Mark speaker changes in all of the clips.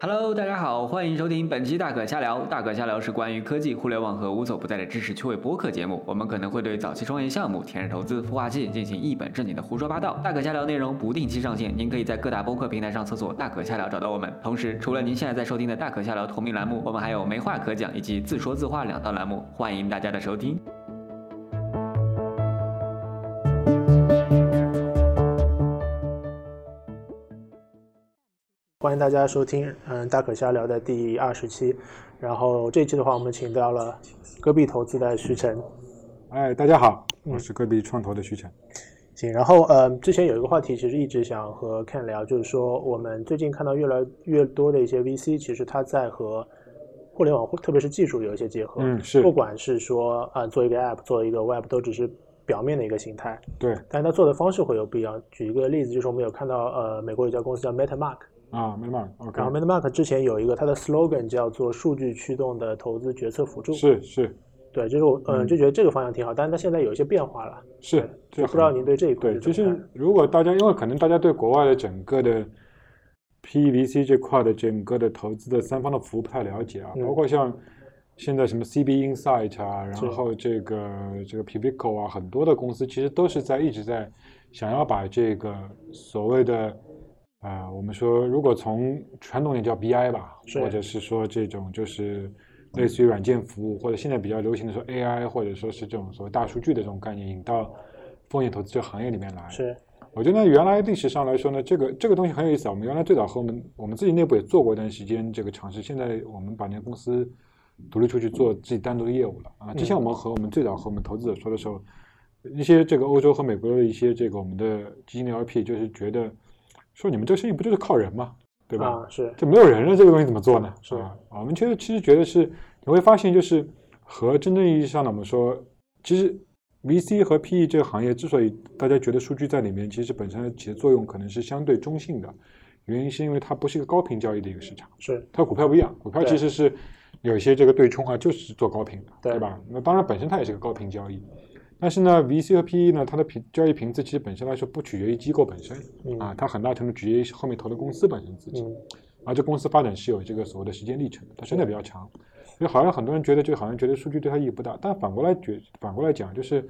Speaker 1: Hello，大家好，欢迎收听本期大可瞎聊。大可瞎聊是关于科技、互联网和无所不在的知识趣味播客节目。我们可能会对早期创业项目、田野投资、孵化器进行一本正经的胡说八道。大可瞎聊内容不定期上线，您可以在各大播客平台上搜索“大可瞎聊”找到我们。同时，除了您现在在收听的大可瞎聊同名栏目，我们还有没话可讲以及自说自话两档栏目，欢迎大家的收听。
Speaker 2: 欢迎大家收听，嗯，大可瞎聊的第二十期。然后这期的话，我们请到了戈壁投资的徐晨。
Speaker 3: 哎，大家好，
Speaker 2: 嗯
Speaker 3: 我是戈壁创投的徐晨。
Speaker 2: 行，然后呃，之前有一个话题，其实一直想和 Ken 聊，就是说我们最近看到越来越多的一些 VC，其实它在和互联网，特别是技术有一些结合。
Speaker 3: 嗯是
Speaker 2: 不管是说啊、做一个 App，做一个 Web，都只是表面的一个形态，
Speaker 3: 对
Speaker 2: 但是它做的方式会有不一样。举一个例子，就是我们有看到呃，美国有家公司叫 MetaMark，
Speaker 3: 啊，没办法，OK，
Speaker 2: 然后 MetaMark 之前有一个它的 slogan 叫做“数据驱动的投资决策辅助”，
Speaker 3: 是是
Speaker 2: 对，就是我嗯
Speaker 3: 嗯
Speaker 2: 就觉得这个方向挺好，但是它现在有一些变化了，
Speaker 3: 是，这
Speaker 2: 就不知道您对这一块
Speaker 3: 对，
Speaker 2: 怎
Speaker 3: 就
Speaker 2: 么看
Speaker 3: 是如果大家，因为可能大家对国外的整个的 PVC 这块的整个的投资的三方的服务不太了解啊，
Speaker 2: 嗯
Speaker 3: 包括像现在什么 CB Insight 啊，然
Speaker 2: 是
Speaker 3: 后这个这个 Pivico 啊，很多的公司其实都是在一直在想要把这个所谓的啊、我们说如果从传统点叫 BI 吧，
Speaker 2: 是
Speaker 3: 或者是说这种就是类似于软件服务，或者现在比较流行的说 AI，或者说是这种所谓大数据的这种概念引到风险投资这个行业里面来，
Speaker 2: 是
Speaker 3: 我觉得原来历史上来说呢，这个这个东西很有意思啊。我们原来最早和我们我们自己内部也做过一段时间这个尝试，现在我们把那个公司独立出去做自己单独的业务了啊。
Speaker 2: 嗯
Speaker 3: 之前我们和我们最早和我们投资者说的时候，一些这个欧洲和美国的一些这个我们的基金的 LP 就是觉得说你们这个生意不就是靠人吗？对吧？
Speaker 2: 啊是
Speaker 3: 这没有人了，这个东西怎么做呢？
Speaker 2: 是
Speaker 3: 啊，我们其实其实觉得是，你会发现就是和真正意义上的我们说，其实 VC 和 PE 这个行业之所以大家觉得数据在里面，其实本身起的作用可能是相对中性的，原因是因为它不是一个高频交易的一个市场，
Speaker 2: 是
Speaker 3: 它股票不一样，股票
Speaker 2: 对
Speaker 3: 其实是有一些这个对冲啊，就是做高频的，
Speaker 2: 对
Speaker 3: 对吧？那当然本身它也是个高频交易。但是呢，VC 和 PE 呢，它的频交易频次其实本身来说不取决于机构本身
Speaker 2: 嗯
Speaker 3: 啊，它很大程度取决于后面投的公司本身自己。
Speaker 2: 嗯
Speaker 3: 而这公司发展是有这个所谓的时间历程的，它真的比较长。所以好像很多人觉得，就好像觉得数据对它意义不大，但反过来觉反过来讲，就是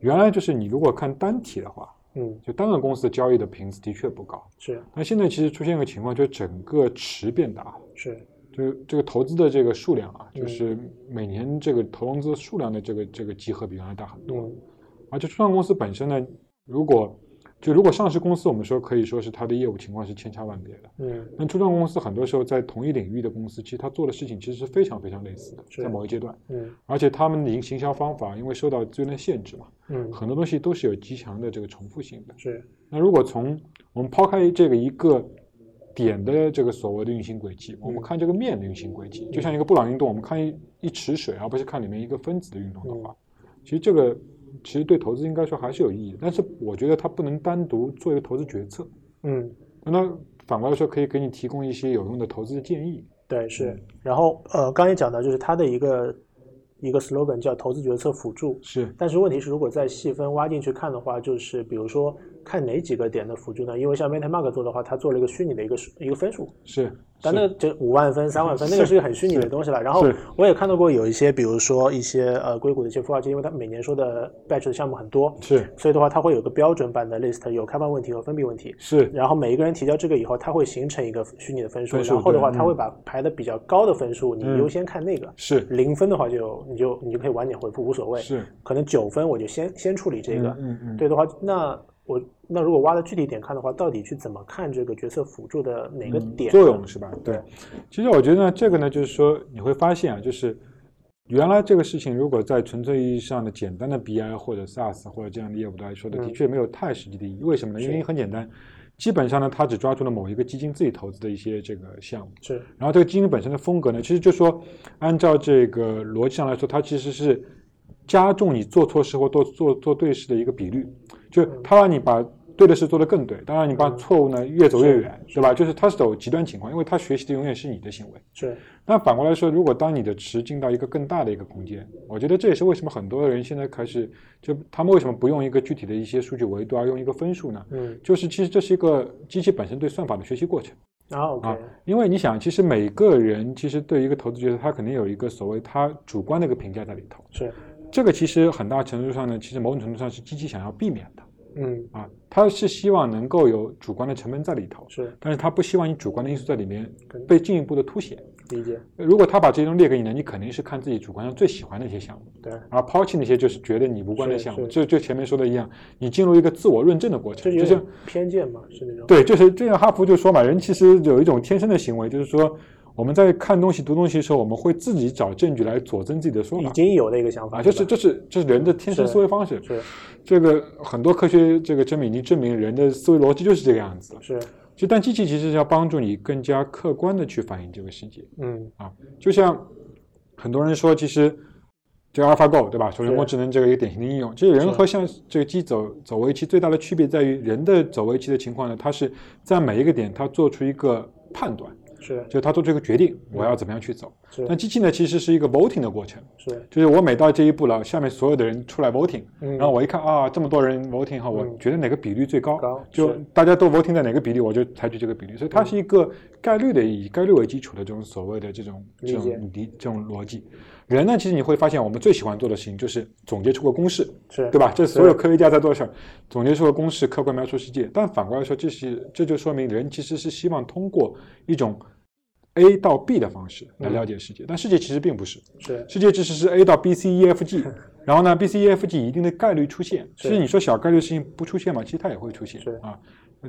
Speaker 3: 原来就是你如果看单体的话，
Speaker 2: 嗯
Speaker 3: 就单个公司的交易的频次的确不高。
Speaker 2: 是
Speaker 3: 那现在其实出现一个情况，就是整个池变大了，
Speaker 2: 是
Speaker 3: 就是这个投资的这个数量啊，
Speaker 2: 嗯
Speaker 3: 就是每年这个投资数量的这个这个集合比原来大很多。
Speaker 2: 嗯
Speaker 3: 而且初创公司本身呢，如果就如果上市公司，我们说可以说是它的业务情况是千差万别的。
Speaker 2: 嗯
Speaker 3: 那初创公司很多时候在同一领域的公司，其实它做的事情其实是非常非常类似的，
Speaker 2: 是
Speaker 3: 在某一阶段，
Speaker 2: 嗯
Speaker 3: 而且他们的营行销方法，因为受到资源的限制嘛，
Speaker 2: 嗯
Speaker 3: 很多东西都是有极强的这个重复性的。
Speaker 2: 是
Speaker 3: 那如果从我们抛开这个一个点的这个所谓的运行轨迹，我们看这个面的运行轨迹，就像一个布朗运动，我们看一一池水，而不是看里面一个分子的运动的话，其实这个其实对投资应该说还是有意义的，但是我觉得它不能单独做一个投资决策。
Speaker 2: 嗯
Speaker 3: 那反过来说，可以给你提供一些有用的投资的建议。
Speaker 2: 对是
Speaker 3: 嗯，
Speaker 2: 然后呃刚才也讲到，就是它的一个一个 slogan 叫投资决策辅助，
Speaker 3: 是，
Speaker 2: 但是问题是，如果再细分挖进去看的话，就是比如说看哪几个点的辅助呢？因为像 MetaMark 做的话，它做了一个虚拟的一个一个分数，
Speaker 3: 是，
Speaker 2: 但那这五万分、三万分，那个是个很虚拟的东西了。然后
Speaker 3: 是
Speaker 2: 我也看到过有一些，比如说一些呃硅谷的一些孵化器，因为它每年收的 batch 的项目很多，
Speaker 3: 是
Speaker 2: 所以的话它会有个标准版的 list，有开放问题和封闭问题。
Speaker 3: 是
Speaker 2: 然后每一个人提交这个以后，它会形成一个虚拟的分数，
Speaker 3: 分数
Speaker 2: 然后的话，
Speaker 3: 对
Speaker 2: 它会把排的比较高的分数，你
Speaker 3: 嗯
Speaker 2: 优先看那个。
Speaker 3: 是
Speaker 2: 零分的话就你就你就可以晚点回复，无所谓。
Speaker 3: 是
Speaker 2: 可能九分我就先先处理这个。
Speaker 3: 嗯嗯，
Speaker 2: 对的话，那我那如果挖的具体一点看的话，到底去怎么看这个决策辅助的哪个
Speaker 3: 嗯
Speaker 2: 点？
Speaker 3: 作用是吧？对，其实我觉得呢，这个呢，就是说你会发现啊，就是原来这个事情，如果在纯粹意义上的简单的 BI 或者 SaaS 或者这样的业务来说的，
Speaker 2: 嗯
Speaker 3: 的确没有太实际的意义。为什么呢？
Speaker 2: 是
Speaker 3: 因为很简单，基本上呢，它只抓住了某一个基金自己投资的一些这个项目。
Speaker 2: 是
Speaker 3: 然后这个基金本身的风格呢，其实就说按照这个逻辑上来说，它其实是加重你做错事或做做做对事的一个比率，就是它让你把对的事做得更对，当然你把
Speaker 2: 嗯
Speaker 3: 错误呢越走越远，
Speaker 2: 是
Speaker 3: 对吧？就是它是走极端情况，因为它学习的永远是你的行为。
Speaker 2: 是，
Speaker 3: 那反过来说，如果当你的池进到一个更大的一个空间，我觉得这也是为什么很多的人现在开始就他们为什么不用一个具体的一些数据维度，而用一个分数呢？
Speaker 2: 嗯
Speaker 3: 就是其实这是一个机器本身对算法的学习过程。
Speaker 2: 然后 OK，
Speaker 3: 啊因为你想，其实每个人其实对一个投资决策，他肯定有一个所谓他主观的一个评价在里头。
Speaker 2: 是，
Speaker 3: 这个其实很大程度上呢，其实某种程度上是机器想要避免的
Speaker 2: 嗯，
Speaker 3: 啊，他是希望能够有主观的成分在里头，
Speaker 2: 是
Speaker 3: 但是他不希望你主观的因素在里面
Speaker 2: 跟
Speaker 3: 被进一步的凸显。
Speaker 2: 理解，
Speaker 3: 如果他把这些东西列给你呢，你肯定是看自己主观上最喜欢的一些项目，
Speaker 2: 对，
Speaker 3: 而抛弃那些就是觉得你无关的
Speaker 2: 是
Speaker 3: 项目。
Speaker 2: 是
Speaker 3: 就就前面说的一样，你进入一个自我论证的过
Speaker 2: 这
Speaker 3: 程，
Speaker 2: 有
Speaker 3: 就像
Speaker 2: 点偏见嘛，是那种，
Speaker 3: 对，就是就像哈佛就说嘛，人其实有一种天生的行为，就是说我们在看东西、读东西的时候，我们会自己找证据来佐证自己的说
Speaker 2: 已
Speaker 3: 法
Speaker 2: 经有的一个想法，
Speaker 3: 啊，这
Speaker 2: 对
Speaker 3: 是
Speaker 2: 吧
Speaker 3: 这是这是人的天生
Speaker 2: 是
Speaker 3: 思维方式。
Speaker 2: 是
Speaker 3: 这个很多科学这个证明已经证明人的思维逻辑就是这个样子。
Speaker 2: 是，
Speaker 3: 就但机器其实是要帮助你更加客观的去反映这个世界
Speaker 2: 嗯，
Speaker 3: 啊，就像很多人说，其实。这个 AlphaGo 对吧？说人工
Speaker 2: 是
Speaker 3: 智能这个一个典型的应用，其实人和像这个机走走围棋最大的区别在于，人的走围棋的情况呢，它是在每一个点它做出一个判断，
Speaker 2: 是
Speaker 3: 就是它做出一个决定，我要怎么样去走。
Speaker 2: 是
Speaker 3: 那机器呢，其实是一个 voting 的过程，
Speaker 2: 是，
Speaker 3: 就是我每到这一步了，下面所有的人出来 voting，
Speaker 2: 嗯，
Speaker 3: 然后我一看啊，这么多人 voting 后，我
Speaker 2: 嗯
Speaker 3: 觉得哪个比率最高，
Speaker 2: 高嗯
Speaker 3: 就是大家都 voting 在哪个比例，我就采取这个比率。所以它是一个概率的，以概率为基础的这种所谓的这种这
Speaker 2: 理解
Speaker 3: 种理这种逻辑。人呢，其实你会发现，我们最喜欢做的事情就是总结出个公式，
Speaker 2: 是
Speaker 3: 对吧？这是所有科学家在做的事儿，总结出个公式，客观描述世界。但反过来说，这是这就说明人其实是希望通过一种 A 到 B 的方式
Speaker 2: 嗯
Speaker 3: 来了解世界，但世界其实并不是。
Speaker 2: 是
Speaker 3: 世界知识是 A 到 B C E F G，然后呢 B C E F G 一定的概率出现，
Speaker 2: 是
Speaker 3: 其实你说小概率事情不出现嘛，其实它也会出现
Speaker 2: 是
Speaker 3: 啊。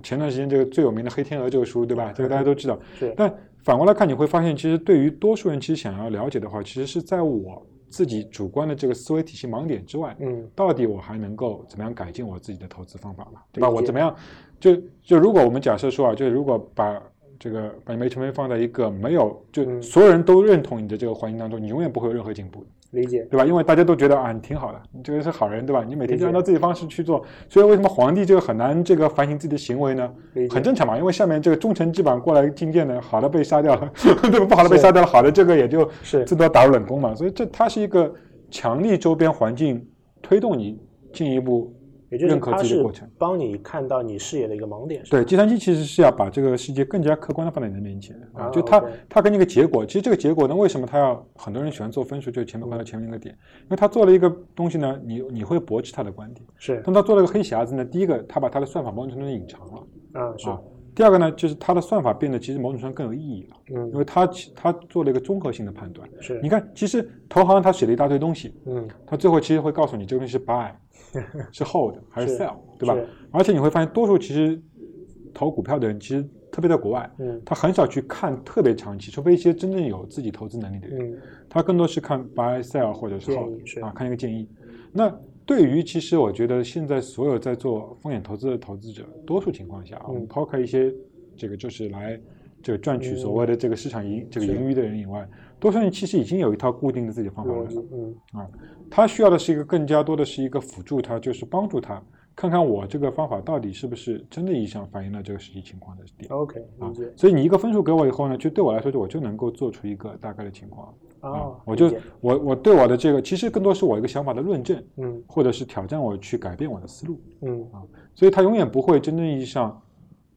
Speaker 3: 前段时间这个最有名的《黑天鹅》这个书，对吧？这个大家都知道。
Speaker 2: 是
Speaker 3: 但反过来看，你会发现，其实对于多数人其实想要了解的话，其实是在我自己主观的这个思维体系盲点之外，
Speaker 2: 嗯
Speaker 3: 到底我还能够怎么样改进我自己的投资方法嘛？对吧？
Speaker 2: 理解
Speaker 3: 我怎么样？就就如果我们假设说啊，就是如果把这个把你没成分放在一个没有就
Speaker 2: 嗯
Speaker 3: 所有人都认同你的这个环境当中，你永远不会有任何进步的，
Speaker 2: 理解，
Speaker 3: 对吧？因为大家都觉得啊，你挺好的，你这个是好人，对吧？你每天
Speaker 2: 理解
Speaker 3: 就按照自己方式去做，所以为什么皇帝这个很难这个反省自己的行为呢？
Speaker 2: 理解
Speaker 3: 很正常嘛，因为下面这个忠臣之板过来觐见的，好的被杀掉了， 这个不好的被杀掉了，好的这个也就是自多打入冷宫嘛。所以这它是一个强力周边环境推动你进一步
Speaker 2: 也就是
Speaker 3: 认可
Speaker 2: 它
Speaker 3: 自己的
Speaker 2: 是
Speaker 3: 过程
Speaker 2: 帮你看到你视野的一个盲点，是吧
Speaker 3: 对，计算机其实是要把这个世界更加客观的放在你的面前啊，
Speaker 2: 啊
Speaker 3: 就它
Speaker 2: OK
Speaker 3: 它跟那个结果，其实这个结果呢，为什么它要很多人喜欢做分数，就
Speaker 2: 嗯
Speaker 3: 是前面回到前面那个点，因为他做了一个东西呢，你你会驳斥他的观点，
Speaker 2: 是
Speaker 3: 但他做了个黑匣子呢，第一个他把他的算法某种程度上隐藏了
Speaker 2: 啊是
Speaker 3: 啊，第二个呢，就是他的算法变得其实某种程度上更有意义了，因
Speaker 2: 嗯
Speaker 3: 为他其他做了一个综合性的判断。
Speaker 2: 是
Speaker 3: 你看，其实投行他写了一大堆东西，
Speaker 2: 嗯
Speaker 3: 他最后其实会告诉你这个东西是 buy，是 hold 还是
Speaker 2: 是
Speaker 3: sell，对吧
Speaker 2: 是？
Speaker 3: 而且你会发现，多数其实投股票的人，其实特别在国外，
Speaker 2: 嗯
Speaker 3: 他很少去看特别长期，除非一些真正有自己投资能力的人，
Speaker 2: 嗯
Speaker 3: 他更多是看 buy sell 或者是
Speaker 2: 建
Speaker 3: hold
Speaker 2: 议是
Speaker 3: 啊，看一个建议。那对于其实我觉得现在所有在做风险投资的投资者，多数情况下啊，我们
Speaker 2: 嗯
Speaker 3: 抛开一些这个就是来这个赚取所
Speaker 2: 嗯
Speaker 3: 谓的这个市场盈这个
Speaker 2: 是
Speaker 3: 盈余的人以外，多数人其实已经有一套固定的自己的方法
Speaker 2: 逻
Speaker 3: 论
Speaker 2: 辑
Speaker 3: 了。
Speaker 2: 嗯
Speaker 3: 他需要的是一个更加多的是一个辅助他，就是帮助他看看我这个方法到底是不是真的意义上反映了这个实际情况的点。
Speaker 2: OK
Speaker 3: 啊
Speaker 2: 理解，
Speaker 3: 所以你一个分数给我以后呢，就对我来说，就我就能够做出一个大概的情况
Speaker 2: 哦
Speaker 3: 我
Speaker 2: 理
Speaker 3: 就
Speaker 2: 解
Speaker 3: 我我对我的这个，其实更多是我一个想法的论证，
Speaker 2: 嗯
Speaker 3: 或者是挑战我去改变我的思路。
Speaker 2: 嗯
Speaker 3: 所以它永远不会真正意义上，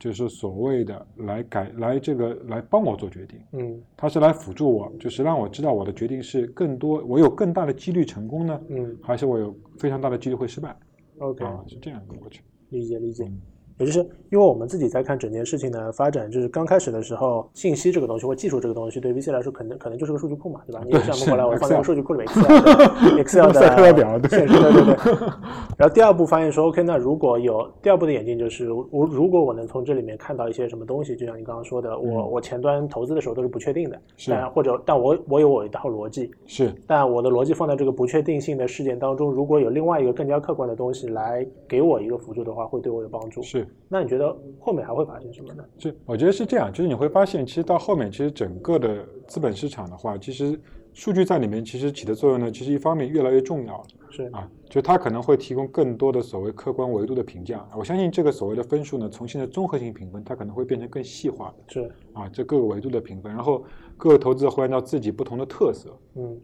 Speaker 3: 就是说所谓的来改来这个来帮我做决定，
Speaker 2: 嗯
Speaker 3: 它是来辅助我，就是让我知道我的决定是更多，我有更大的几率成功呢，
Speaker 2: 嗯
Speaker 3: 还是我有非常大的几率会失败
Speaker 2: OK
Speaker 3: 啊？是这样一个过程。
Speaker 2: 理解理解
Speaker 3: 嗯。
Speaker 2: 也就是因为我们自己在看整件事情的发展，就是刚开始的时候，信息这个东西或技术这个东西，对 VC 来说，可能可能就是个数据库嘛，对吧？你也
Speaker 3: 对
Speaker 2: 项目
Speaker 3: 是
Speaker 2: 过来，我放在
Speaker 3: Excel
Speaker 2: 个数据库里面 ，Excel
Speaker 3: 用
Speaker 2: Excel 的
Speaker 3: 赛克勒表对
Speaker 2: 现实对对对。 然后第二步发现说，OK，那如果有第二步的眼镜，就是我如果我能从这里面看到一些什么东西，就像你刚刚说的，
Speaker 3: 嗯
Speaker 2: 我我前端投资的时候都是不确定的，
Speaker 3: 是
Speaker 2: 但或者但我我有我一套逻辑，
Speaker 3: 是
Speaker 2: 但我的逻辑放在这个不确定性的事件当中，如果有另外一个更加客观的东西来给我一个辅助的话，会对我有帮助。
Speaker 3: 是
Speaker 2: 那你觉得后面还会发生什么呢？
Speaker 3: 是，我觉得是这样，就是你会发现，其实到后面，其实整个的资本市场的话，其实数据在里面其实起的作用呢，其实一方面越来越重要了
Speaker 2: 是，
Speaker 3: 啊，就它可能会提供更多的所谓客观维度的评价。我相信这个所谓的分数呢，从现在综合性评分，它可能会变成更细化的
Speaker 2: 是，
Speaker 3: 啊，这各个维度的评分，然后各个投资者会按照自己不同的特色，
Speaker 2: 嗯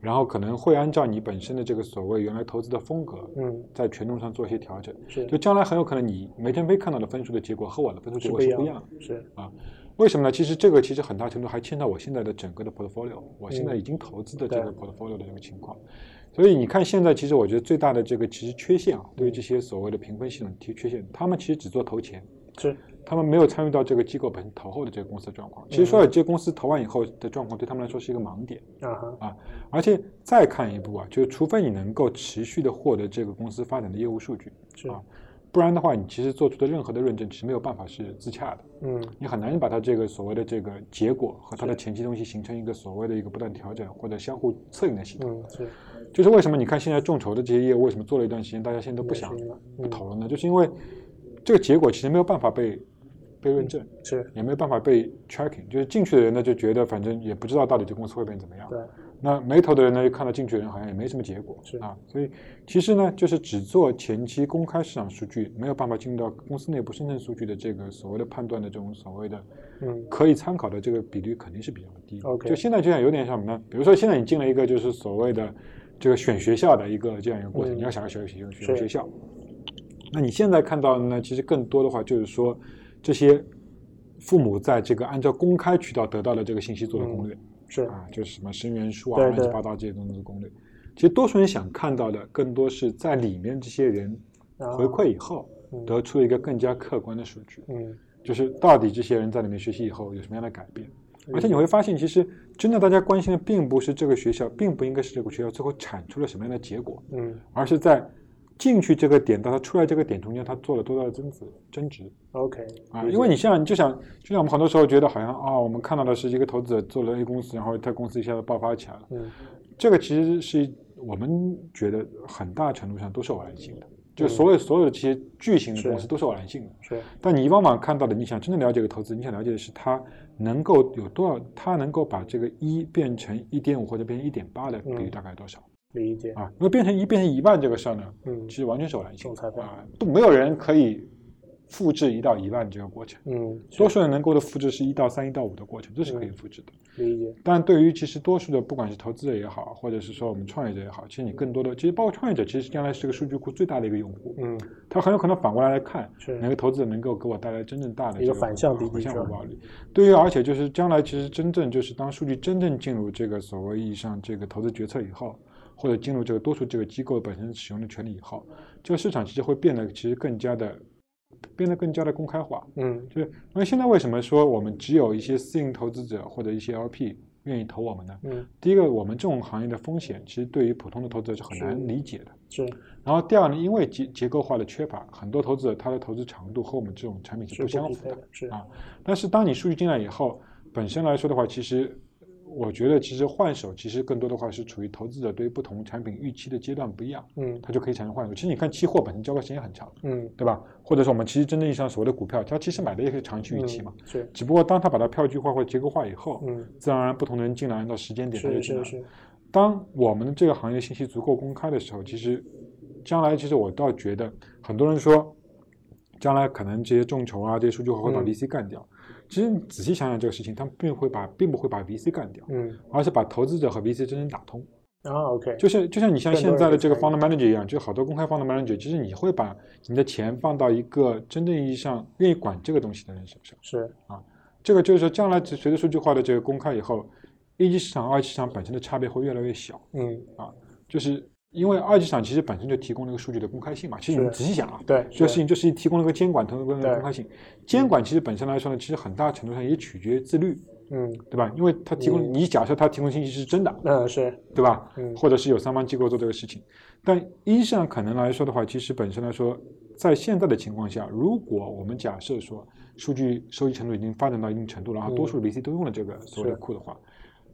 Speaker 3: 然后可能会按照你本身的这个所谓原来投资的风格，
Speaker 2: 嗯，
Speaker 3: 在权重上做一些调整。
Speaker 2: 是
Speaker 3: 就将来很有可能你梅天飞看到的分数的结果和我的分数结
Speaker 2: 是
Speaker 3: 果
Speaker 2: 不
Speaker 3: 是
Speaker 2: 一
Speaker 3: 不一
Speaker 2: 样
Speaker 3: 样的
Speaker 2: 的，。是
Speaker 3: 为什么呢？其实这个其实很大程度还牵到我现在的整个的 portfolio，我现在
Speaker 2: 嗯
Speaker 3: 已经投资的这
Speaker 2: 对
Speaker 3: 个 portfolio 的这个情况。所以你看，现在其实我觉得最大的这个其实缺陷啊，对于这些所谓的评分系统提缺陷，他们其实只做投前，
Speaker 2: 是
Speaker 3: 他们没有参与到这个机构本身投后的这个公司的状况。其实
Speaker 2: 嗯
Speaker 3: 说有这些公司投完以后的状况，对他们来说是一个盲点。
Speaker 2: 啊哈，
Speaker 3: 而且再看一步啊，就是除非你能够持续的获得这个公司发展的业务数据，
Speaker 2: 是
Speaker 3: 啊不然的话，你其实做出的任何的论证是没有办法是自洽的。
Speaker 2: 嗯
Speaker 3: 你很难把它这个所谓的这个结果和它的前期东西形成一个所谓的一个不断调整或者相互策应的系统。
Speaker 2: 嗯是
Speaker 3: 就是为什么你看现在众筹的这些业务为什么做了一段时间，大家现在都不想
Speaker 2: 原因了嗯
Speaker 3: 不投了呢？就是因为这个结果其实没有办法被被论证，
Speaker 2: 是
Speaker 3: 也没有办法被 tracking。就是进去的人呢就觉得反正也不知道到底这公司会变怎么样。
Speaker 2: 对
Speaker 3: 那没投的人呢，就看到进去的人好像也没什么结果
Speaker 2: 是
Speaker 3: 啊，所以其实呢，就是只做前期公开市场数据，没有办法进入到公司内部生成数据的这个所谓的判断的这种所谓的
Speaker 2: 嗯
Speaker 3: 可以参考的这个比率肯定是比较低的。
Speaker 2: OK
Speaker 3: 就现在就像有点像什么呢？比如说现在你进了一个就是所谓的这个选学校的一个这样一个过程，
Speaker 2: 嗯
Speaker 3: 你要想要选学选
Speaker 2: 是
Speaker 3: 学校，那你现在看到的呢，其实更多的话就是说这些父母在这个按照公开渠道得到的这个信息做的攻略。
Speaker 2: 是
Speaker 3: 啊，就是什么生源书啊、
Speaker 2: 对
Speaker 3: 乱七
Speaker 2: 对
Speaker 3: 八糟这些东西的攻略。其实多数人想看到的，更多是在里面这些人
Speaker 2: 啊
Speaker 3: 回馈以后，
Speaker 2: 嗯
Speaker 3: 得出一个更加客观的数据，
Speaker 2: 嗯
Speaker 3: 就是到底这些人在里面学习以后有什么样的改变。而且你
Speaker 2: 嗯
Speaker 3: 会发现，其实真的大家关心的并不是这个学校，并不应该是这个学校最后产出了什么样的结果，
Speaker 2: 嗯
Speaker 3: 而是在进去这个点到他出来这个点中间，他做了多大的增值增值。
Speaker 2: OK
Speaker 3: 啊，
Speaker 2: 理
Speaker 3: 因为
Speaker 2: 解
Speaker 3: 你像你就想，就像我们很多时候觉得好像啊、我们看到的是一个投资者做了 A 公司，然后他公司一下子爆发起来了。
Speaker 2: 嗯
Speaker 3: 这个其实是我们觉得很大程度上都是偶然性的，就
Speaker 2: 嗯
Speaker 3: 所有所有的这些巨型的
Speaker 2: 是
Speaker 3: 公司都是偶然性的。
Speaker 2: 是
Speaker 3: 但你往往看到的，你想真的了解个投资，你想了解的是它能够有多少，它能够把这个一变成一点五或者变成一点八的比率
Speaker 2: 嗯
Speaker 3: 大概有多少
Speaker 2: 理解
Speaker 3: 啊？因为变成一变成一万这个事儿呢，
Speaker 2: 嗯
Speaker 3: 其实完全是偶然性
Speaker 2: 总裁
Speaker 3: 的
Speaker 2: 判
Speaker 3: 啊，不没有人可以复制一到一万这个过程。
Speaker 2: 嗯
Speaker 3: 多
Speaker 2: 是
Speaker 3: 数人能够的复制是一到三、一到五的过程，这是可以
Speaker 2: 嗯
Speaker 3: 复制的。
Speaker 2: 理解
Speaker 3: 但对于其实多数的，不管是投资者也好，或者是说我们创业者也好，其实你更多的，其实包括创业者，其实将来是这个数据库最大的一个用户，
Speaker 2: 嗯
Speaker 3: 他很有可能反过来来看
Speaker 2: 是
Speaker 3: 哪个投资者能够给我带来真正大的啊
Speaker 2: 一个反向比
Speaker 3: 回
Speaker 2: 例
Speaker 3: 向
Speaker 2: 是
Speaker 3: 回
Speaker 2: 吧
Speaker 3: 报率。对于而且就是将来其实真正就是当数据真正进入这个所谓意义上这个投资决策以后，或者进入这个多数这个机构本身使用的权利以后，这个市场其实会变得其实更加的变得更加的公开化。
Speaker 2: 嗯
Speaker 3: 就是因为现在为什么说我们只有一些私营投资者或者一些 LP 愿意投我们呢？
Speaker 2: 嗯
Speaker 3: 第一个，我们这种行业的风险其实对于普通的投资者是很难理解的。
Speaker 2: 是
Speaker 3: 然后第二呢，因为结结构化的缺乏，很多投资者他的投资长度和我们这种产品是
Speaker 2: 是
Speaker 3: 不
Speaker 2: 不
Speaker 3: 相
Speaker 2: 匹
Speaker 3: 符
Speaker 2: 配
Speaker 3: 的。
Speaker 2: 的是
Speaker 3: 啊但是当你数据进来以后，本身来说的话，其实我觉得其实换手其实更多的话是处于投资者对于不同产品预期的阶段不一样，
Speaker 2: 嗯
Speaker 3: 它就可以产生换手。其实你看期货本身交割时间很长，
Speaker 2: 嗯
Speaker 3: 对吧？或者说我们其实真正意义上所谓的股票，它其实买的也是长期预期嘛。
Speaker 2: 嗯是
Speaker 3: 只不过当他把它票据化或结构化以后，
Speaker 2: 嗯
Speaker 3: 自然而然不同的人进来，按照时间点他就是进来
Speaker 2: 是
Speaker 3: 了。
Speaker 2: 是
Speaker 3: 当我们的这个行业信息足够公开的时候，其实将来其实我倒觉得很多人说，将来可能这些众筹啊这些数据会把
Speaker 2: 嗯
Speaker 3: VC 干掉。其实你仔细想想这个事情，他们并不会把并不会把 VC 干掉，
Speaker 2: 嗯
Speaker 3: 而是把投资者和 VC 真正打通。
Speaker 2: 啊 OK
Speaker 3: 就是就像你像
Speaker 2: 更多
Speaker 3: 现在
Speaker 2: 人
Speaker 3: 的
Speaker 2: 去
Speaker 3: 这个
Speaker 2: 参
Speaker 3: fund manager 一样，就好多公开 fund manager，其实你会把你的钱放到一个真正意义上愿意管这个东西的人手上。
Speaker 2: 是
Speaker 3: 这个就是说，将来随着数级化的这个公开以后，一级市场、二级市场本身的差别会越来越小，
Speaker 2: 嗯
Speaker 3: 就是因为二级市场其实本身就提供了一个数据的公开性嘛。其实你
Speaker 2: 是
Speaker 3: 仔细想啊，
Speaker 2: 对
Speaker 3: 这个
Speaker 2: 是
Speaker 3: 事情就是提供了一个监管同供了一个
Speaker 2: 对
Speaker 3: 公开性。监管其实本身来说呢，其实很大程度上也取决于自律，
Speaker 2: 嗯
Speaker 3: 对吧？因为它提供，
Speaker 2: 嗯
Speaker 3: 你假设它提供信息是真的，
Speaker 2: 嗯是
Speaker 3: 对吧？
Speaker 2: 嗯
Speaker 3: 或者是有三方机构做这个事情。但一上可能来说的话，其实本身来说，在现在的情况下，如果我们假设说数据收集程度已经发展到一定程度，然后
Speaker 2: 嗯
Speaker 3: 多数 VC 都用了这个所谓的
Speaker 2: 是
Speaker 3: 库的话，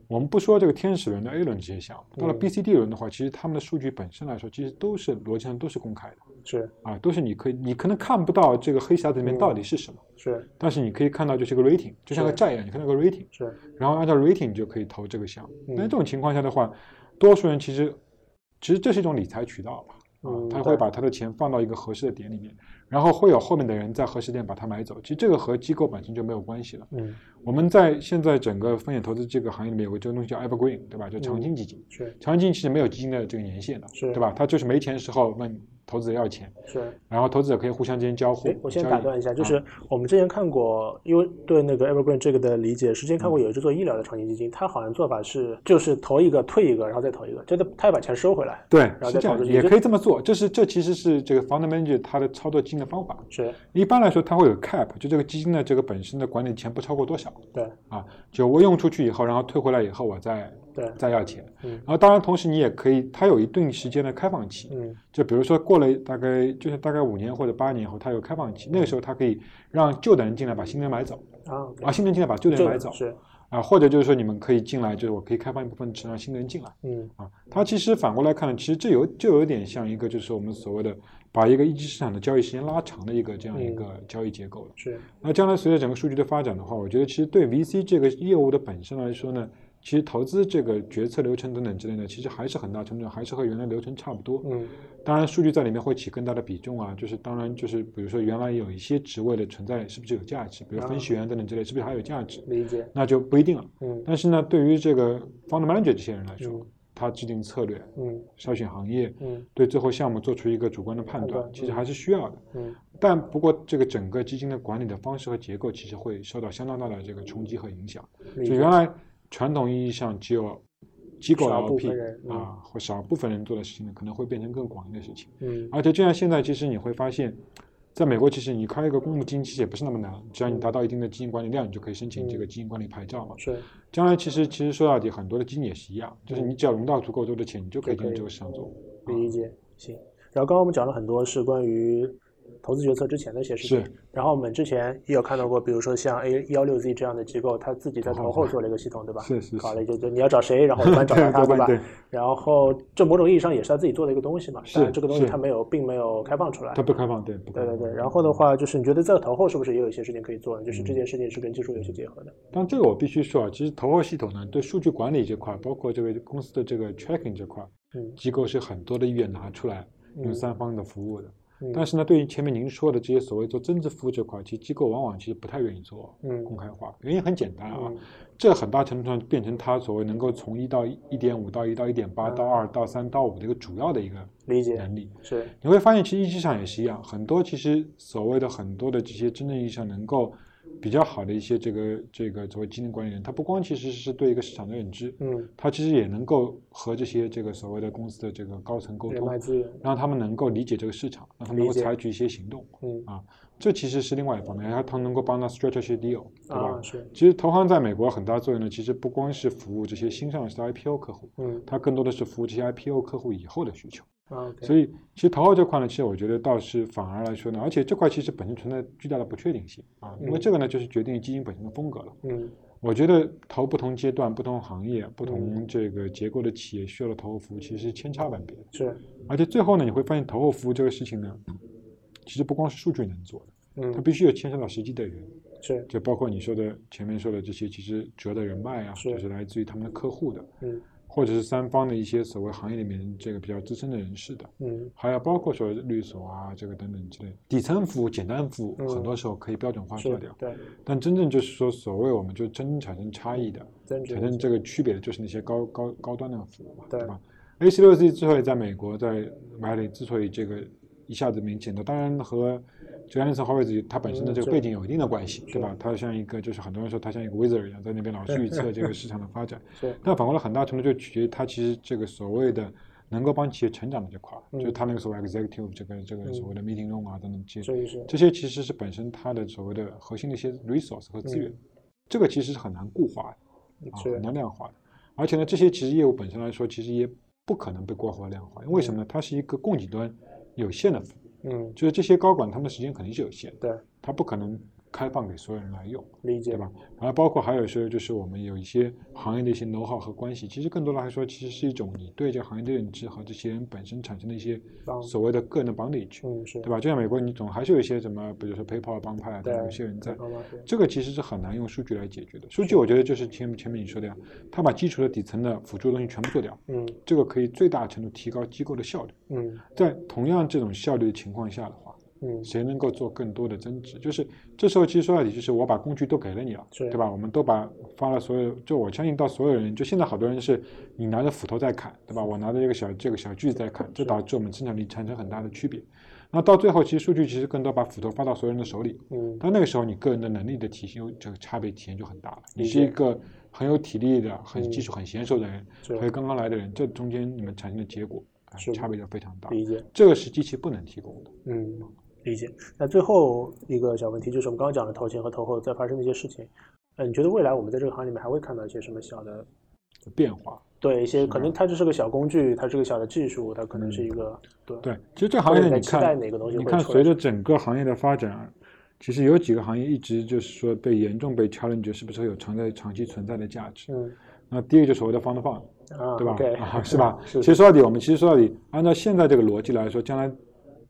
Speaker 3: 我们不说这个天使轮的 A 轮这些项目，到了
Speaker 2: 嗯
Speaker 3: B、C、D 轮的话，其实他们的数据本身来说，其实都是逻辑上都是公开的
Speaker 2: 是
Speaker 3: 啊，都是你可以你可能看不到这个黑匣子里面
Speaker 2: 嗯
Speaker 3: 到底是什么，
Speaker 2: 是
Speaker 3: 但是你可以看到就是个 rating，就像个
Speaker 2: 是
Speaker 3: 债一样，你看到个 rating。
Speaker 2: 是
Speaker 3: 然后按照 rating 你就可以投这个项目。
Speaker 2: 嗯
Speaker 3: 那这种情况下的话，多数人其实其实这是一种理财渠道吧，啊，
Speaker 2: 嗯
Speaker 3: 他
Speaker 2: 对
Speaker 3: 会把他的钱放到一个合适的点里面，然后会有后面的人在合适点把它买走。其实这个和机构本身就没有关系了。
Speaker 2: 嗯
Speaker 3: 我们在现在整个风险投资这个行业里面有个这个东西叫 evergreen，对吧？就长
Speaker 2: 嗯
Speaker 3: 青基金。
Speaker 2: 是
Speaker 3: 长青基金是没有基金的这个年限的，
Speaker 2: 是
Speaker 3: 对吧？它就是没钱时候问投资者要钱，
Speaker 2: 是。
Speaker 3: 然后投资者可以互相之间交互
Speaker 2: 哎，。我先
Speaker 3: 交易
Speaker 2: 打断一下，就
Speaker 3: 啊
Speaker 2: 是我们之前看过，因为对那个 Evergreen 这个的理解，之前看
Speaker 3: 嗯
Speaker 2: 过有一只做医疗的长期基金，它好像做法是就是投一个退一个，然后再投一个，就是它要把钱收回来。
Speaker 3: 对，
Speaker 2: 后
Speaker 3: 是
Speaker 2: 再
Speaker 3: 这
Speaker 2: 跑出
Speaker 3: 样，
Speaker 2: 去
Speaker 3: 也
Speaker 2: 就
Speaker 3: 可以这么做。这是这其实是这个 fund manager 他的操作基金的方法。
Speaker 2: 是，
Speaker 3: 一般来说，它会有 cap，就这个基金的这个本身的管理钱不超过多少
Speaker 2: 对
Speaker 3: 啊，就我用出去以后，然后退回来以后，我再
Speaker 2: 对，
Speaker 3: 再要钱。
Speaker 2: 嗯
Speaker 3: 然后当然，同时你也可以，它有一定时间的开放期，
Speaker 2: 嗯
Speaker 3: 就比如说过了大概就是大概五年或者八年后，它有开放期，那个时候它可以让旧的人进来把新的人买走，
Speaker 2: 啊，OK，
Speaker 3: 啊，新的人进来把旧的
Speaker 2: 这
Speaker 3: 人
Speaker 2: 个
Speaker 3: 买走
Speaker 2: 是，
Speaker 3: 啊，或者就是说你们可以进来，就是我可以开放一部分池让新的人进来。
Speaker 2: 嗯
Speaker 3: 啊，它其实反过来看，其实这有就有点像一个就是我们所谓的把一个一级市场的交易时间拉长的一个这样一
Speaker 2: 嗯
Speaker 3: 个交易结构了。
Speaker 2: 是，
Speaker 3: 那将来随着整个数据的发展的话，我觉得其实对 VC 这个业务的本身来说呢，其实投资这个决策流程等等之类的，其实还是很大程度上还是和原来流程差不多。
Speaker 2: 嗯
Speaker 3: 当然，数据在里面会起更大的比重啊，就是当然就是比如说原来有一些职位的存在是不是有价值，比如分析员等等之类是不是还有价值，
Speaker 2: 理解，
Speaker 3: 那就不一定了。
Speaker 2: 嗯
Speaker 3: 但是呢，对于这个 fund manager 这些人来说，
Speaker 2: 嗯
Speaker 3: 他制定策略、
Speaker 2: 嗯
Speaker 3: 筛选行业，
Speaker 2: 嗯
Speaker 3: 对最后项目做出一个主观的判
Speaker 2: 判
Speaker 3: 断，
Speaker 2: 断
Speaker 3: 其实
Speaker 2: 嗯
Speaker 3: 还是需要的。
Speaker 2: 嗯
Speaker 3: 但不过，这个整个基金的管理的方式和结构其实会受到相当大的这个冲击和影响。
Speaker 2: 嗯理
Speaker 3: 就
Speaker 2: 解，
Speaker 3: 原来传统意义上只有机构
Speaker 2: 少部分
Speaker 3: LP
Speaker 2: 人嗯
Speaker 3: 啊或少部分人做的事情呢，可能会变成更广义的事情。
Speaker 2: 嗯
Speaker 3: 而且就像现在，其实你会发现，在美国其实你开一个公募基金其实也不是那么难，只要你达到一定的基金管理量，你就可以申请
Speaker 2: 嗯
Speaker 3: 这个基金管理牌照嘛。
Speaker 2: 是，
Speaker 3: 将来其实其实说到底，很多的基金也是一样，就是你只要融到足够多的钱，你就可以
Speaker 2: 就
Speaker 3: 进
Speaker 2: 可
Speaker 3: 入
Speaker 2: 以
Speaker 3: 这个市场做。
Speaker 2: 理解，行。然后刚刚我们讲了很多是关于投资决策之前的一些事情
Speaker 3: 是，
Speaker 2: 然后我们之前也有看到过，比如说像 A 幺六 Z 这样的机构，它自己在
Speaker 3: 投
Speaker 2: 投
Speaker 3: 后
Speaker 2: 后做了一个系统，对吧？
Speaker 3: 是是
Speaker 2: 搞
Speaker 3: 是
Speaker 2: 了一个，就你要找谁，然后一般找到他，
Speaker 3: 对
Speaker 2: 对吧？
Speaker 3: 对
Speaker 2: 然后这某种意义上也是他自己做的一个东西嘛，
Speaker 3: 是
Speaker 2: 但这个东西
Speaker 3: 是
Speaker 2: 它没有，并没有开放出来
Speaker 3: 它。不开放，对，不开
Speaker 2: 对
Speaker 3: 放。
Speaker 2: 对对，然后的话就是你觉得在投后是不是也有一些事情可以做呢？就是
Speaker 3: 嗯
Speaker 2: 这件事情是跟技术有些结合的。
Speaker 3: 但这个我必须说啊，其实投后系统呢，对数据管理这块，包括这个公司的这个 tracking 这块，
Speaker 2: 嗯
Speaker 3: 机构是很多的意愿拿出来用
Speaker 2: 嗯
Speaker 3: 三方的服务的。
Speaker 2: 嗯
Speaker 3: 但是呢，对于前面您说的这些所谓做增值服务这块，其实机构往往其实不太愿意做
Speaker 2: 嗯
Speaker 3: 公开化，原因很简单啊，
Speaker 2: 嗯
Speaker 3: 这很大程度上变成它所谓能够从一到一点五到一到一点
Speaker 2: 嗯
Speaker 3: 八到二到三到五的一个主要的一个
Speaker 2: 理解
Speaker 3: 能力。
Speaker 2: 是
Speaker 3: 你会发现，其实意识上也是一样，很多其实所谓的很多的这些真正意义上能够比较好的一些这个这个所谓基金管理人，他不光其实是对一个市场的认知，
Speaker 2: 嗯
Speaker 3: 他其实也能够和这些这个所谓的公司的这个高层沟
Speaker 2: 人脉
Speaker 3: 通，
Speaker 2: 资源
Speaker 3: 让他们能够理解这个市场，让他们能
Speaker 2: 理
Speaker 3: 够
Speaker 2: 解
Speaker 3: 采取一些行动。
Speaker 2: 嗯
Speaker 3: 啊，这其实是另外一方面，他他能够帮他 strategy deal，对吧？
Speaker 2: 啊是
Speaker 3: 其实投行在美国很大作用呢，其实不光是服务这些新上市的 IPO 客户，
Speaker 2: 嗯
Speaker 3: 它更多的是服务这些 IPO 客户以后的需求。
Speaker 2: 啊 OK
Speaker 3: 所以其实投后这块呢，其实我觉得倒是反而来说呢，而且这块其实本身存在巨大的不确定性啊，因为
Speaker 2: 嗯
Speaker 3: 这个呢就是决定于基金本身的风格了。
Speaker 2: 嗯
Speaker 3: 我觉得投不同阶段、不同行业、不同这个结构的企业需要的投后服务其实是千差万别的。
Speaker 2: 是
Speaker 3: 而且最后呢，你会发现投后服务这个事情呢，其实不光是数据能做的，它
Speaker 2: 嗯
Speaker 3: 必须有牵涉到实际的人，
Speaker 2: 是
Speaker 3: 就包括你说的前面说的这些，其实主要的人脉啊，
Speaker 2: 是
Speaker 3: 就是来自于他们的客户的，
Speaker 2: 嗯
Speaker 3: 或者是三方的一些所谓行业里面这个比较资深的人士的。
Speaker 2: 嗯
Speaker 3: 还有包括说律所啊，这个等等之类，底层服务、简单服务，
Speaker 2: 嗯
Speaker 3: 很多时候可以标准化
Speaker 2: 是
Speaker 3: 做掉。
Speaker 2: 对
Speaker 3: 但真正就是说，所谓我们就真正产生差异的、
Speaker 2: 增值
Speaker 3: 产生这个区别的，就是那些高高高端的服务嘛，
Speaker 2: 对
Speaker 3: 对吧？A 十六 Z 之所以在美国在买里之所以这个一下子明显的，当然和这个安德森·华为兹它本身的
Speaker 2: 嗯
Speaker 3: 这个
Speaker 2: 是
Speaker 3: 背景有一定的关系，
Speaker 2: 是
Speaker 3: 对吧？它像一个就是很多人说它像一个 wizard 一样，在那边老是 预测这个市场的发展。
Speaker 2: 是
Speaker 3: 但反过来，很大程度就取决于他其实这个所谓的能够帮企业成长的这块儿，
Speaker 2: 嗯
Speaker 3: 就是他那个所谓 executive 这个这个
Speaker 2: 嗯
Speaker 3: 所谓的 meeting room 啊等等这些，
Speaker 2: 所以是
Speaker 3: 这些其实是本身它的所谓的核心的一些 resource 和资源，这个其实是很难固化的啊，
Speaker 2: 嗯是
Speaker 3: 很难量化的。而且呢，这些其实业务本身来说，其实也不可能被规划量化，因为为什么呢？它是一个供给端有限的服务，
Speaker 2: 嗯
Speaker 3: 就是这些高管他们的时间肯定是有限的，
Speaker 2: 对
Speaker 3: 它不可能开放给所有人来用。
Speaker 2: 理解
Speaker 3: 对吧？然后包括还有时候就是我们有一些行业的一些 know how 和关系，其实更多的来说，其实是一种你对这个行业的认知和这些人本身产生的一些
Speaker 2: 帮
Speaker 3: 所谓的个人的 bondage，、
Speaker 2: 嗯是
Speaker 3: 对吧？就像美国，你总还是有一些什么，比如说 PayPal 帮派啊，
Speaker 2: 对
Speaker 3: 有些人在。
Speaker 2: 帮帮是
Speaker 3: 这个其实是很难用数据来解决的。数据我觉得就是前前面你说的呀，他把基础的底层的辅助的东西全部做掉，
Speaker 2: 嗯
Speaker 3: 这个可以最大程度提高机构的效率。
Speaker 2: 嗯
Speaker 3: 在同样这种效率的情况下的话，
Speaker 2: 嗯，
Speaker 3: 谁能够做更多的增值？就是这时候其实说到底就是我把工具都给了你了，
Speaker 2: 是
Speaker 3: 对吧？我们都把发了所有，就我相信到所有人，就现在好多人是你拿着斧头在砍，对吧？我拿着这个小这个小锯子在砍，这导致我们生产力产生很大的区别。那到最后，其实数据其实更多把斧头发到所有人的手里，
Speaker 2: 嗯，
Speaker 3: 但那个时候你个人的能力的体现，这个差别体现就很大了。你
Speaker 2: 理
Speaker 3: 是一
Speaker 2: 解
Speaker 3: 个很有体力的、很
Speaker 2: 嗯
Speaker 3: 技术很娴熟的人，
Speaker 2: 是
Speaker 3: 和刚刚来的人，这中间你们产生的结果啊，
Speaker 2: 是的
Speaker 3: 差别就非常大。
Speaker 2: 理解，
Speaker 3: 这个是机器不能提供的。
Speaker 2: 嗯，理解。那最后一个小问题就是我们刚刚讲的投前和投后在发生的一些事情，呃，你觉得未来我们在这个行业里面还会看到一些什么小的？
Speaker 3: 变化。
Speaker 2: 对，一些
Speaker 3: 是
Speaker 2: 可
Speaker 3: 的
Speaker 2: 能它就是个小工具，它是个小的技术，它可能是一个对
Speaker 3: 对，其实这行业
Speaker 2: 或者你
Speaker 3: 呢你
Speaker 2: 期待
Speaker 3: 看，
Speaker 2: 哪个东西
Speaker 3: 你
Speaker 2: 会
Speaker 3: 看
Speaker 2: 出来
Speaker 3: 随着整个行业的发展，其实有几个行业一直就是说被严重被 challenge，是不是有长在长期存在的价值？
Speaker 2: 嗯
Speaker 3: 那第一个就是所谓的 fund fund，
Speaker 2: 啊，
Speaker 3: 对吧
Speaker 2: OK，
Speaker 3: 啊 是吧？
Speaker 2: 是
Speaker 3: 其实说到底，我们其实说到底，按照现在这个逻辑来说，将来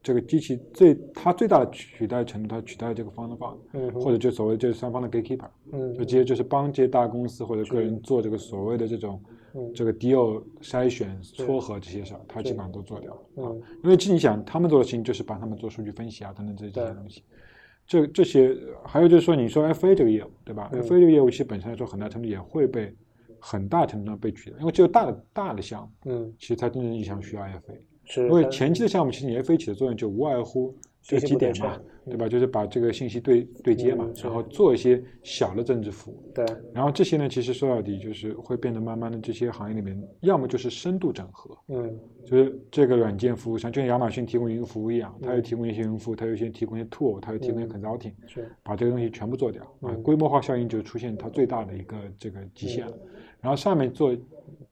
Speaker 3: 这个机器最它最大的取代程度，它取代这个 fund fund，
Speaker 2: 嗯哼
Speaker 3: 或者就所谓这三方的 gatekeeper，
Speaker 2: 嗯
Speaker 3: 就直接就是帮这些大公司或者个人做这个所谓的这种
Speaker 2: 嗯
Speaker 3: 这个 deal 筛选、撮合这些事儿，他基本上都做掉了啊
Speaker 2: 嗯。
Speaker 3: 因为其实你想，他们做的事情就是帮他们做数据分析啊等等这这些
Speaker 2: 对
Speaker 3: 东西。这这些还有就是说，你说 FA 这个业务对吧、
Speaker 2: 嗯
Speaker 3: f a 这个业务其实本身来说，很大程度也会被很大程度上被取代，因为只有大的大的项目，
Speaker 2: 嗯
Speaker 3: 其实它真正意义上需要 FA。
Speaker 2: 是
Speaker 3: 因为
Speaker 2: 它
Speaker 3: 前期的项目，其实你 F A 起的作用就无外乎
Speaker 2: 信
Speaker 3: 就
Speaker 2: 息
Speaker 3: 几
Speaker 2: 不对
Speaker 3: 点嘛
Speaker 2: 称，
Speaker 3: 对吧？就是把这个信息对对接嘛
Speaker 2: 嗯，是
Speaker 3: 然后做一些小的增值服务。
Speaker 2: 嗯对
Speaker 3: 然后这些呢，其实说到底就是会变得慢慢的这些行业里面，要么就是深度整合，
Speaker 2: 嗯
Speaker 3: 就是这个软件服务商，就像亚马逊提供云服务一样，它
Speaker 2: 嗯
Speaker 3: 又提供一些云服务，它又先提供一些 tool，它又提供一些 consulting，
Speaker 2: 是
Speaker 3: 把这个东西全部做掉啊，
Speaker 2: 嗯
Speaker 3: 规模化效应就出现它最大的一个这个极限了。然后上面做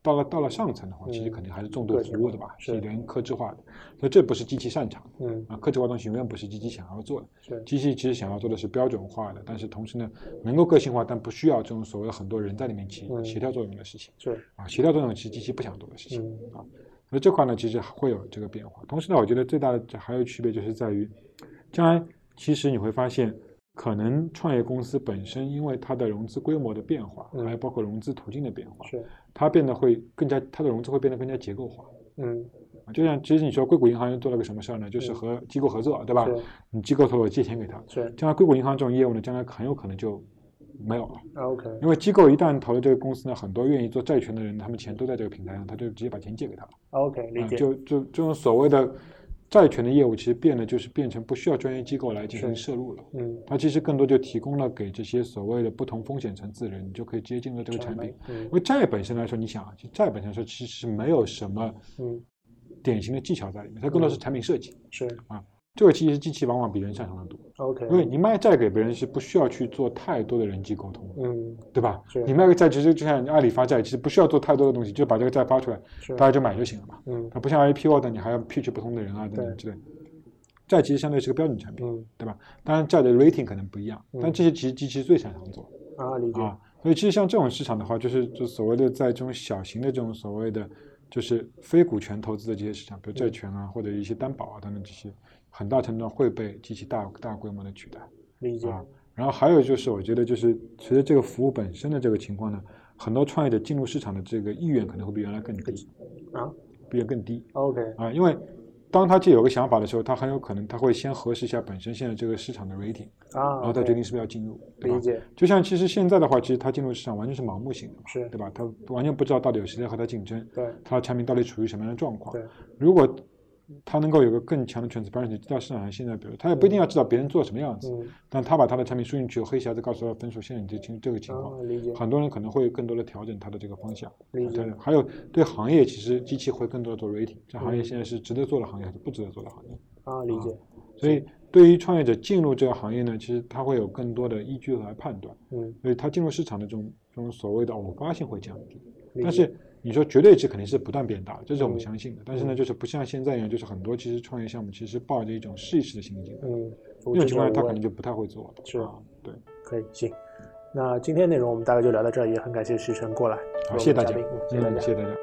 Speaker 3: 到了到了上层的话，其
Speaker 2: 嗯
Speaker 3: 实肯定还是重度
Speaker 2: 个
Speaker 3: 服
Speaker 2: 性
Speaker 3: 务
Speaker 2: 化
Speaker 3: 的吧，
Speaker 2: 是
Speaker 3: 是人克制化的，所以这不是机器擅长的
Speaker 2: 嗯
Speaker 3: 啊，克制化东西永远不是机器想要做的。
Speaker 2: 是
Speaker 3: 机器其实想要做的是标准化的，但是同时呢，能够个性化，但不需要这种所谓的很多人在里面起
Speaker 2: 嗯
Speaker 3: 协调作用的事情
Speaker 2: 是
Speaker 3: 啊，协调作用其实机器不想做的事情。
Speaker 2: 嗯
Speaker 3: 所以这块呢，其实会有这个变化。同时呢，我觉得最大的还有区别就是在于，将来其实你会发现，可能创业公司本身因为它的融资规模的变化，
Speaker 2: 嗯
Speaker 3: 还有包括融资途径的变化，
Speaker 2: 是
Speaker 3: 它变得会更加，它的融资会变得更加结构化。
Speaker 2: 嗯
Speaker 3: 啊就像其实你说，硅谷银行又做了个什么事儿呢？就是
Speaker 2: 嗯
Speaker 3: 和机构合作，对吧？
Speaker 2: 是
Speaker 3: 你机构投了我借钱给他，
Speaker 2: 是
Speaker 3: 将来硅谷银行这种业务呢，将来很有可能就没有了。
Speaker 2: 啊 OK
Speaker 3: 因为机构一旦投了这个公司呢，很多愿意做债权的人，他们钱都在这个平台上，他就直接把钱借给他了。
Speaker 2: OK 理
Speaker 3: 啊
Speaker 2: 解
Speaker 3: 就就这种所谓的债权的业务，其实变得就是变成不需要专业机构来进行
Speaker 2: 是
Speaker 3: 摄入了。
Speaker 2: 嗯
Speaker 3: 它其实更多就提供了给这些所谓的不同风险层次的人，你就可以直接进入这个产品。
Speaker 2: 嗯
Speaker 3: 因为债本身来说，你想啊，其实债本身来说其实没有什么
Speaker 2: 嗯
Speaker 3: 典型的技巧在里面，它更多是产品设计。
Speaker 2: 是
Speaker 3: 这个其实机器往往比人擅长的多，
Speaker 2: OK
Speaker 3: 因为你卖债给别人是不需要去做太多的人际沟通的，
Speaker 2: 嗯
Speaker 3: 对吧
Speaker 2: 是？
Speaker 3: 你卖个债其实就像你阿里发债，其实不需要做太多的东西，就把这个债发出来，
Speaker 2: 是
Speaker 3: 大家就买就行了嘛。
Speaker 2: 嗯
Speaker 3: 啊它不像 IPO 的，你还要 pitch 不同的人啊等
Speaker 2: 对
Speaker 3: 等之类。债其实相对是个标准产品，
Speaker 2: 嗯
Speaker 3: 对吧？当然债的 rating 可能不一样，
Speaker 2: 嗯
Speaker 3: 但这些其实机器最擅长做
Speaker 2: 啊理解
Speaker 3: 啊。所以其实像这种市场的话，就是就所谓的在这种小型的这种所谓的就是非股权投资的这些市场，比
Speaker 2: 嗯
Speaker 3: 如债权啊、或者一些担保啊等等这些，很大程度上会被机器大大规模的取代。
Speaker 2: 理解
Speaker 3: 啊。然后还有就是，我觉得就是随着这个服务本身的这个情况呢，很多创业者进入市场的这个意愿可能会比原来更低
Speaker 2: 啊，
Speaker 3: 比原来更低
Speaker 2: OK
Speaker 3: 啊，因为当他既有个想法的时候，他很有可能他会先核实一下本身现在这个市场的 rating，
Speaker 2: 啊
Speaker 3: 然后再
Speaker 2: OK，
Speaker 3: 决定是不是要进入，对吧
Speaker 2: 理？解
Speaker 3: 就像其实现在的话，其实他进入市场完全是盲目型的嘛，
Speaker 2: 是
Speaker 3: 对吧？他完全不知道到底有谁在和他竞争，
Speaker 2: 对
Speaker 3: 他的产品到底处于什么样的状况
Speaker 2: 对。
Speaker 3: 如果他能够有个更强的 transparency，知道市场上现在，比如他也不一定要知道别人做什么样子，
Speaker 2: 嗯
Speaker 3: 但他把他的产品输进去，黑匣子告诉他分数，现在你这情这个情况
Speaker 2: 啊，理解
Speaker 3: 很多人可能会更多的调整他的这个方向。
Speaker 2: 理
Speaker 3: 啊
Speaker 2: 解
Speaker 3: 对的还有对行业，其实机器会更多的做 rating，这行业
Speaker 2: 嗯
Speaker 3: 现在是值得做的行业还是不值得做的行业？
Speaker 2: 啊
Speaker 3: 嗯
Speaker 2: 理解
Speaker 3: 所以对于创业者进入这个行业呢，其实他会有更多的依据来判断，
Speaker 2: 嗯
Speaker 3: 所以他进入市场的这种这种所谓的偶发性会降低。
Speaker 2: 理
Speaker 3: 但
Speaker 2: 解
Speaker 3: 是你说绝对值肯定是不断变大的，这是我们
Speaker 2: 嗯
Speaker 3: 相信的。但是呢，就是不像现在一样，就是很多其实创业项目其实抱着一种试一试的心情，
Speaker 2: 嗯
Speaker 3: 这
Speaker 2: 我至
Speaker 3: 种情
Speaker 2: 少
Speaker 3: 况下他
Speaker 2: 我
Speaker 3: 可能就不太会做了。
Speaker 2: 是
Speaker 3: 啊，对，
Speaker 2: 可以，行。那今天内容我们大概就聊到这儿，也很感谢石晨过来，
Speaker 3: 好，谢谢大家，
Speaker 2: 嘉宾，嗯谢谢大
Speaker 3: 嗯
Speaker 2: 家
Speaker 3: 谢。谢大家。